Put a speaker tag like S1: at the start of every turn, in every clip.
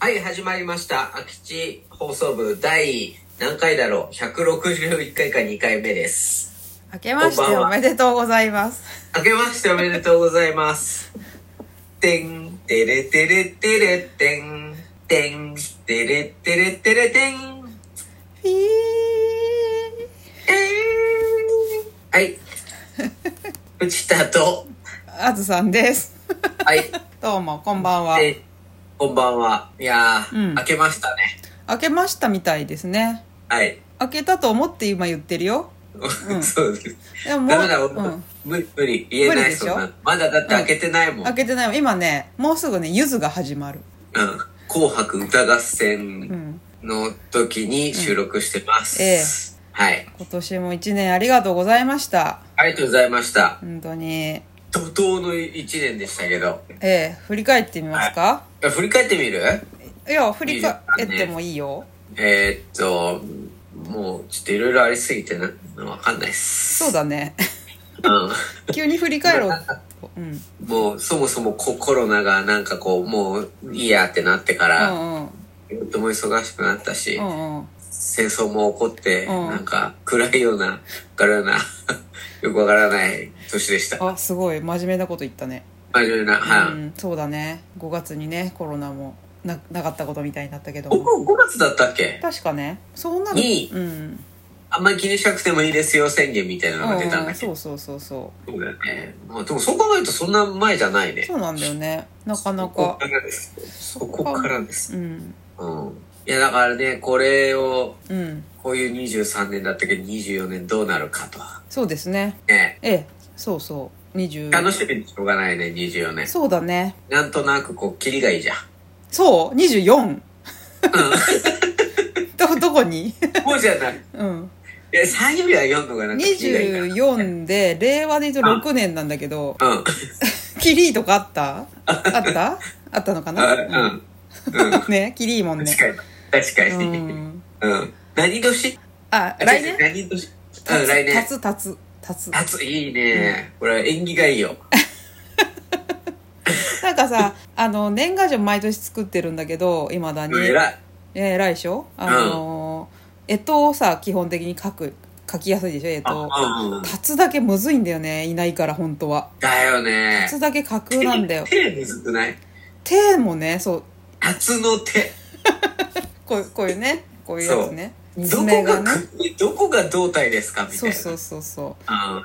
S1: はい、始まりました。空き地放送部第何回だろう ?161 回か2回目です。
S2: 明けましておめでとうございます。
S1: 明けましておめでとうございます。てん、てれてれてれてん、てん、てれてれてれてん、
S2: ピー
S1: えーん。はい。藤田と、
S2: あずさんです。
S1: はい、
S2: どうも、こんばんは。
S1: えこんばんは。いやー、
S2: うん
S1: 明けましたね。
S2: 明けましたみたいですね。
S1: はい。
S2: 明けたと思って今言ってるよ。
S1: そうです。
S2: でももう
S1: ダメだ、
S2: うん、
S1: 無理、無理、言えな
S2: 無
S1: い、
S2: 理でし
S1: そ
S2: ょ
S1: んなの。まだだって開けてないもん。
S2: 明けてない今ね、もうすぐね、ゆずが始まる。
S1: うん紅白歌合
S2: う
S1: 戦
S2: ん。
S1: の時に収録してます。
S2: うんええ
S1: はい。
S2: 今年も一年ありがとうございました。
S1: ありがとうございました。
S2: 本当に。
S1: 怒涛の一年でしたけど。
S2: ええ振り返ってみますか、
S1: あ振り返ってみる
S2: い、や、振り返ってもいいよ。
S1: えーっと、もうちょっといろいろありすぎてな、わかんないっす。
S2: そうだね。
S1: う
S2: 急に振り返ろう。 うん。
S1: ん。もうそもそもココロナがなんかこう、もういいやってなってか
S2: う
S1: ら、
S2: んうん。
S1: とても忙しくなったし、
S2: うんうん。
S1: 戦争も起こって、
S2: うん
S1: なんか暗いような、明るいような、 よくわからない年でした。
S2: あ、すごい、真面目なこと言ったね。
S1: 真面目な、はい。
S2: うん、そうだね5月にねコロナもななかったことみたいになったけど
S1: 僕5月だったっけ
S2: 確かねそんなの
S1: いい
S2: うん、
S1: あんまり気にしなくてもいいですよ宣言みたいなのが出たんだ
S2: うん
S1: っけ
S2: そ
S1: ど、
S2: うそうそうそ
S1: そうだよね、まあ、でもそう考えるとそんな前じゃないね
S2: うそうなんだよねなかな
S1: そこ
S2: か
S1: からですそこからです、
S2: うん
S1: うん、いやだからねこれを
S2: うん
S1: こういう23年だったけど24年どうなるかと
S2: そうですね
S1: ね
S2: ええそうそう
S1: 楽
S2: 20
S1: しみにしょうがないね24年
S2: そうだね
S1: なんとなくこうキリがいいじゃん
S2: そう24どどこに
S1: もうじゃない
S2: うん
S1: え3よりは4のがなんかキリがいいな
S2: 24で令和で言うと6年なんだけど
S1: うん
S2: キリとかあったあったあったのかな、
S1: あうんうん
S2: うんねキリいもんね
S1: 確かに確かに、
S2: う
S1: うん、
S2: ん
S1: 何年
S2: あ、
S1: あ
S2: 来年
S1: 違う違う何年
S2: た
S1: うん
S2: つ
S1: 来年
S2: たつ、たつ、たつ。
S1: あついいね、これは縁起がいいよ
S2: なんかさ、 あの、年賀状毎年作ってるんだけど、いまだに。
S1: 偉い
S2: え偉いでしょあのー、干支をさ、基本的に書く、書きやすいでしょ
S1: あ
S2: 干
S1: うん
S2: 支。たつだけむずいんだよね。いないから、本当は。
S1: だよね
S2: たつだけ架空なん だよ。
S1: 手手むずくない
S2: 手もね、そう、
S1: 初の手
S2: こうこういうね、こういうやつね。
S1: どこが首どこが胴体ですかみた
S2: そ
S1: いうな
S2: そうそうそう。
S1: うん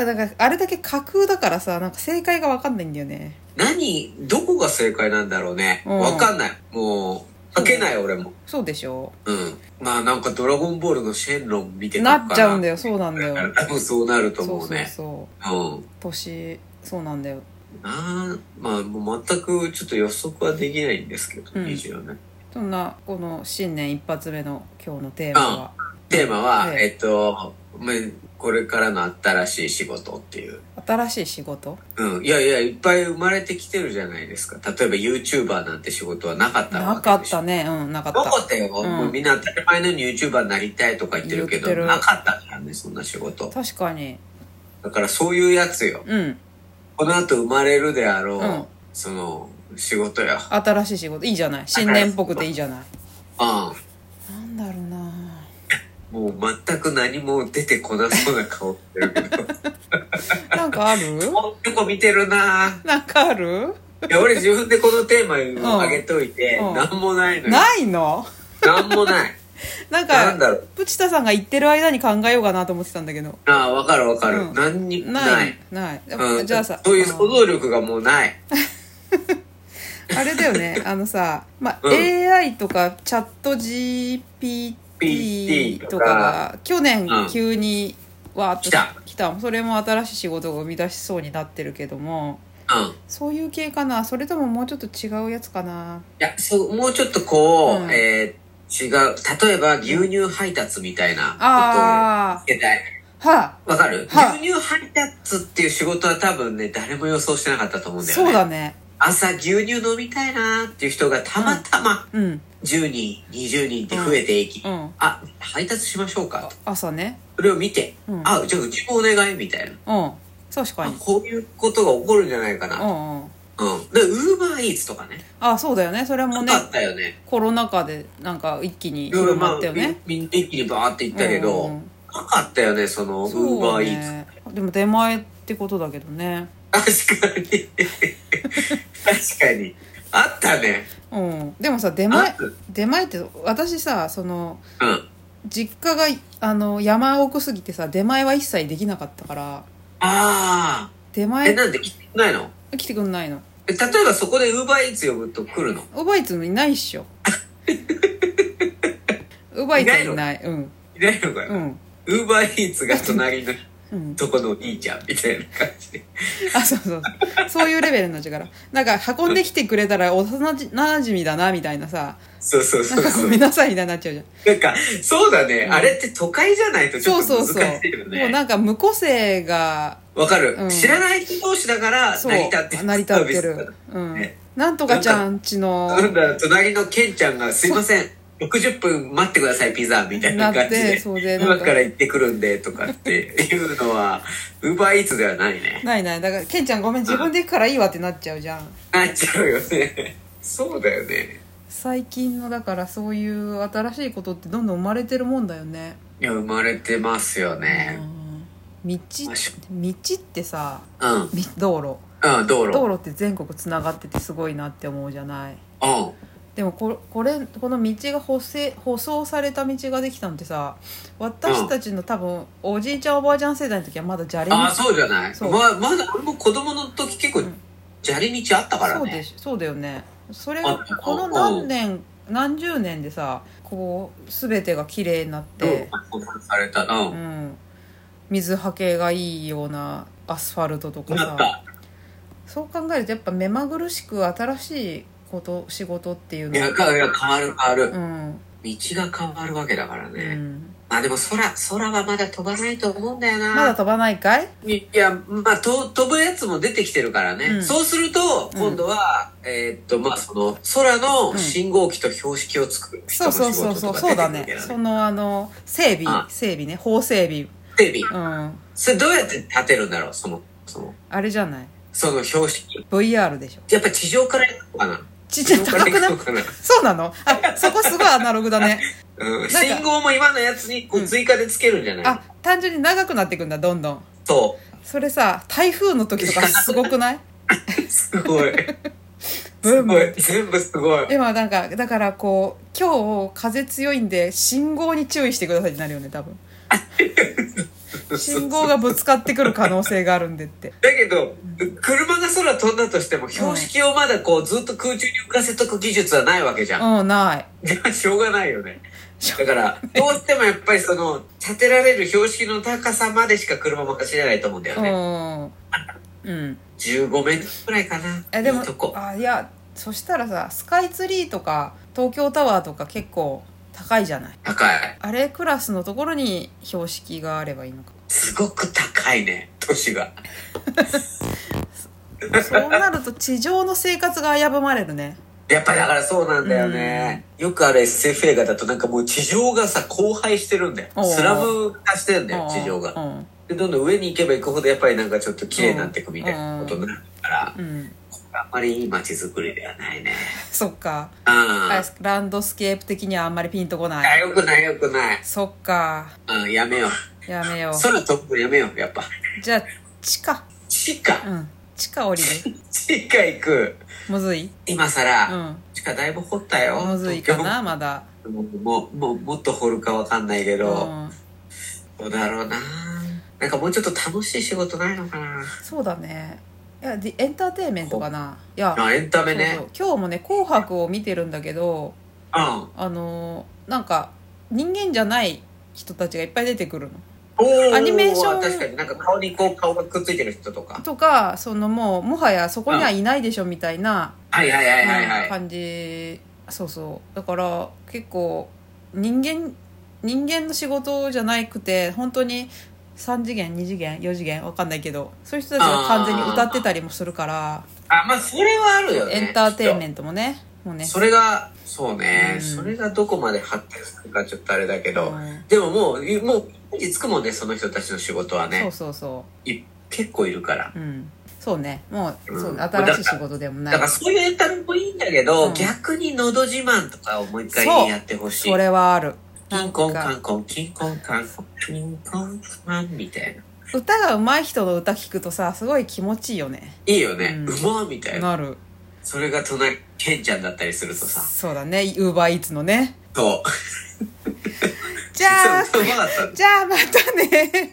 S2: あ、だから、あれだけ架空だからさ、なんか正解がわかんないんだよね。
S1: 何どこが正解なんだろうね
S2: うん
S1: わかんないもう書けない俺も
S2: そうでしょ
S1: うんまあなんか「ドラゴンボール」のシェンロン見て
S2: なっちゃうんだ
S1: よ
S2: よ、そうなんだよ。
S1: 多分そうなると
S2: そう
S1: 思う
S2: そう
S1: ね
S2: そう。
S1: うん
S2: 年そうなんだよ
S1: あーまあもう全くちょっと予測はできないんですけど
S2: うん
S1: 24年
S2: そんなこの新年一発目の今日のテーマは、
S1: テーマは、
S2: ええ
S1: えっと、まあこれからの新しい仕事っていう。
S2: 新しい仕事
S1: うん。いやいや、いっぱい生まれてきてるじゃないですか。例えば YouTuber なんて仕事はなかったわ
S2: な
S1: け
S2: か
S1: で
S2: っ
S1: しょ
S2: たねうんなかっ
S1: なか
S2: た
S1: ったよ。
S2: ん
S1: もうみんな当たり前のように YouTuber になりたいとか言ってるけど、
S2: 言ってる
S1: なかったからね、そんな仕事。
S2: 確かに
S1: だからそういうやつよ。
S2: うん
S1: この後生まれるであろう、
S2: うん
S1: その、仕事よ。
S2: 新しい仕事いいじゃない新年っぽくていいじゃない
S1: うん。
S2: なんだろうな
S1: もう全く何も出てこなそうな顔してるけど。
S2: なんかある
S1: こんな子見てるなぁ。
S2: なんかある
S1: いや、俺自分でこのテーマを上げといて、
S2: うん
S1: なんもないのよ。
S2: ないの
S1: なんもない。
S2: なん
S1: な
S2: か
S1: んだろう。
S2: プチタさんが言ってる間に考えようかなと思ってたんだけど
S1: ああ、わかるわかる。
S2: うん
S1: なんにも
S2: ない
S1: な
S2: ないい。
S1: うん、
S2: じゃあさ
S1: そういう
S2: あの
S1: 想像力がもうない。
S2: あれだ よね、あのさ、まあ、
S1: うん
S2: AI とかチャット
S1: PT
S2: GPT とかが、去年
S1: うん
S2: 急にわーっと
S1: 来た
S2: 来た。それも新しい仕事が生み出しそうになってるけども、
S1: うん。い
S2: そういう系かなそれとももうちょっと違うやつかな
S1: や、そう、もうちょっとこう、
S2: うん
S1: えー違う。例えば、牛乳配達みたいな
S2: あ
S1: ことをつけたい。
S2: あ、は
S1: わかる、
S2: はい
S1: 牛乳配達っていう仕事は多分ね、誰も予想してなかったと思う
S2: あ、
S1: んだよね。
S2: そうだね。
S1: 朝牛乳飲みたいなーっていう人がたまたま
S2: うん、
S1: 10人、20人って増えていき、
S2: うん。
S1: あ、配達しましょうかと。
S2: 朝ね。
S1: それを見て、
S2: うん。
S1: あ、じゃあうちもお願いみたいな。
S2: うん。確かに。
S1: こういうことが起こるんじゃないか
S2: う
S1: な。
S2: んうん。
S1: うん。で、ウーバーイーツとかね。
S2: あそうだよねそれもね
S1: あったよね。
S2: コロナ禍でなんか一気に
S1: いろいろ
S2: 広
S1: ま
S2: ま
S1: あ、
S2: ったよね、
S1: みみ一気にバーって行ったけど、
S2: うん
S1: なかったよね、その、ウ
S2: そ
S1: ー
S2: う
S1: バーイーツ。
S2: ねでも出前ってことだけどね
S1: 確かに。 確かに。あったね。
S2: うんでもさ出
S1: あ
S2: 前出前って私さその
S1: うん。
S2: 実家があの山奥すぎてさ出前は一切できなかったから
S1: あ
S2: 出
S1: あ。え、
S2: 前
S1: なんで来てないの
S2: 来てくんないの
S1: え例えばそこでウーバーイーツ呼ぶと来るの
S2: ウーバーイーツいない っしょウーバーイーツい
S1: い
S2: ないうん
S1: いないのか
S2: う
S1: よ。
S2: ん
S1: ウーバーイーツが隣の
S2: うん、
S1: とこのお兄ちゃんみたいな感じで。
S2: あそうそうそうそういうレベルの力なんか運んできてくれたら幼なじみだなみたいなさ
S1: そうそう
S2: な
S1: そ
S2: ん
S1: う
S2: か
S1: そ
S2: ご
S1: う。
S2: めんなさいみたいになっちゃうじゃん
S1: なんか、そうだね、
S2: うん
S1: あれって都会じゃない とちょ
S2: そう
S1: っと
S2: そう
S1: 難し
S2: そう、
S1: いよ
S2: もう
S1: ね。
S2: なんか無個性が
S1: わかる、
S2: うん
S1: 知らない人同士だから
S2: そう
S1: 成り立ってる。
S2: 成り立っ
S1: サ
S2: て
S1: ービス
S2: る、うん
S1: ね
S2: なんとかちゃんちの
S1: なんだ、隣のケンちゃんが、すいません、60分待ってください、ピザ、みたいな感じ
S2: なっ
S1: で
S2: て、そうでなんか
S1: 今から行ってくるんで、とかっていうのは、ウーバーイーツではないね。
S2: ないないだからケンちゃんごめん自分で行くからいいわってなっちゃうじゃん
S1: なっちゃうよね。そうだよね。
S2: 最近のだからそういう新しいことってどんどん生まれてるもんだよね
S1: いや、生まれてますよね。
S2: うん道
S1: まあし
S2: 道ってさ
S1: うん。うん、
S2: み道路
S1: 道路。
S2: 道路って全国つながっててすごいなって思うじゃない
S1: うん。
S2: でもここれこの道が舗せ舗装された道ができたのってさ私たちの多分おじいちゃんおばあちゃん世代の時はまだじゃれ道
S1: ああ、そうじゃない。
S2: そう
S1: ま、まだ、俺も子供の時結構、砂利道あったから
S2: そうで
S1: ね。
S2: しそうだよねそれ
S1: あ
S2: がこの何年何十年でさこう全てが綺麗になっ
S1: うん
S2: て、。
S1: された。う。
S2: うんん、水はけがいいようなアスファルトとか
S1: な
S2: さ
S1: った。
S2: そう考えるとやっぱ目まぐるしく新しいこと仕事っていう
S1: いや、
S2: の
S1: かいや変わる変わる。
S2: うん
S1: 道が変わるわけだから
S2: う
S1: ね。
S2: ん、
S1: まあでも空、空はまだ飛ばないと思うんだよな。
S2: まだ飛ばないかい
S1: いや、まあと飛ぶやつも出てきてるからね。
S2: うん
S1: そうすると、
S2: うん
S1: 今度は、えーっと、まあその、空
S2: う
S1: の
S2: ん
S1: 信号機と標識を作る人
S2: そ
S1: の
S2: う
S1: 仕
S2: そうそ
S1: 事と
S2: うそう
S1: か
S2: そう
S1: 出て
S2: だ
S1: くる
S2: ね
S1: けど
S2: そ
S1: ね。
S2: のあの整備
S1: あ
S2: 整備ね法整備
S1: テレビ。
S2: うん
S1: それどうやって立てるんだろうその、その、
S2: あれじゃない
S1: その標識。
S2: VR でしょ
S1: やっぱ地上から行くのかな
S2: ちっち
S1: 地
S2: ゃい
S1: 上から
S2: 高くない
S1: 行くのか
S2: そうなのあそこすごいアナログだね
S1: なうん。
S2: か
S1: 信号も今のやつにこ
S2: うん
S1: う追加でつけるんじゃない、
S2: あ単純に長くなっていくんだどんどん
S1: そう。
S2: それさ台風の時とかすごくない
S1: すごい。
S2: ブ
S1: す
S2: ンブ
S1: ご
S2: ン
S1: い。全部すごい。
S2: 今なんかだからこう今日風強いんで信号に注意してくださいになるよね多分信号がぶつかってくる可能性があるん でって
S1: だけど、車が空飛んだとしても、標識をまだこう、ずっと空中に浮かせとく技術はないわけじゃん。
S2: うんない
S1: しょうがないよね。だから、どうしてもやっぱりその、立てられる標識の高さまでしか車も走れないと思うんだよ
S2: う
S1: ね。
S2: んうん
S1: 15メートルくらいかな。
S2: えで
S1: い
S2: も
S1: いとこ。
S2: あいやそしたらさスカイツリーとか東京タワーとか結構高いじゃない
S1: 高い。
S2: あれクラスのところに標識があればいいのか
S1: すごく高いね、都市が。
S2: そうなると地上の生活が危ぶまれるね
S1: やっぱりだからそうなんだよね。よくある SF 映画だとなんかもう地上がさ、荒廃してるんだよ
S2: お。う
S1: スラム化してんだよ、地上が。
S2: が
S1: で、どんどん上に行けば行くほどやっぱりなんかちょっと綺麗になっていくみたいなことになるから、
S2: うん、うん、
S1: あんまりいい街づくりではないね。
S2: そっか
S1: うん。
S2: ランドスケープ的にはあんまりピンとこな
S1: あ、
S2: い
S1: よくないよくない。
S2: そっか
S1: うん、やめよう。
S2: やめよう
S1: 空飛ぶのやめよう、やっぱ。
S2: じゃあ地下
S1: 地下
S2: うん地下降りる
S1: 地下行く。
S2: むずい
S1: 今さ
S2: う
S1: ら、
S2: ん
S1: 地下だいぶ掘ったよ。
S2: むずいかなまだ
S1: 東京も。もう、もう、もっと掘るかわかんないけ
S2: う
S1: ど、
S2: ん
S1: どうだろうな。なんかもうちょっと楽しい仕事ないのかな。
S2: そうだねいやでエンターテインメントかないや
S1: あ、エンタメね
S2: そ。うそう今日もね「紅白」を見てるんだけど
S1: うん。
S2: あのーなんか人間じゃない人たちがいっぱい出てくるの
S1: おー
S2: アニメーション
S1: 確かになんか顔にこう顔がくっついてる人とか。
S2: とかそのもうもはやそこにはいないでしょみたいな
S1: はいはいはいはいはい。
S2: 感じそうそうだから結構人間人間の仕事じゃなくて本当に3次元2次元4次元わかんないけどそういう人たちが完全に歌ってたりもするから
S1: あ、まあそれはあるよね。
S2: エンターテインメ
S1: ン
S2: ントもねもうね
S1: それが、そうね、
S2: うん
S1: それがどこまで発展するかちょっとあれだけど、
S2: うん
S1: でももう、もう、つくもんね、その人たちの仕事は
S2: そう
S1: ね。
S2: そうそ
S1: いっ結構いるから。
S2: うん、そうねもうそう
S1: うん
S2: 新しい仕事でも
S1: だ
S2: ない
S1: からそういうエンタメもいいんだけど、
S2: うん
S1: 逆にのど自慢とかをもう一回
S2: そう
S1: やってほしい
S2: そ。れはある
S1: キ
S2: な
S1: ン
S2: ん
S1: コンカ
S2: か
S1: ンコン、キンコンカンコン、キンコンカンみたいな。
S2: 歌が上手い人の歌聞くとさすごい気持ちいいよね
S1: いいよね。
S2: うん
S1: うまーみたいな。
S2: なる
S1: それが隣、ケンちゃんだったりするとさ。
S2: そうだねウーバーイーツのね
S1: そう。
S2: じゃ あ
S1: そううまかった。
S2: じゃあまたね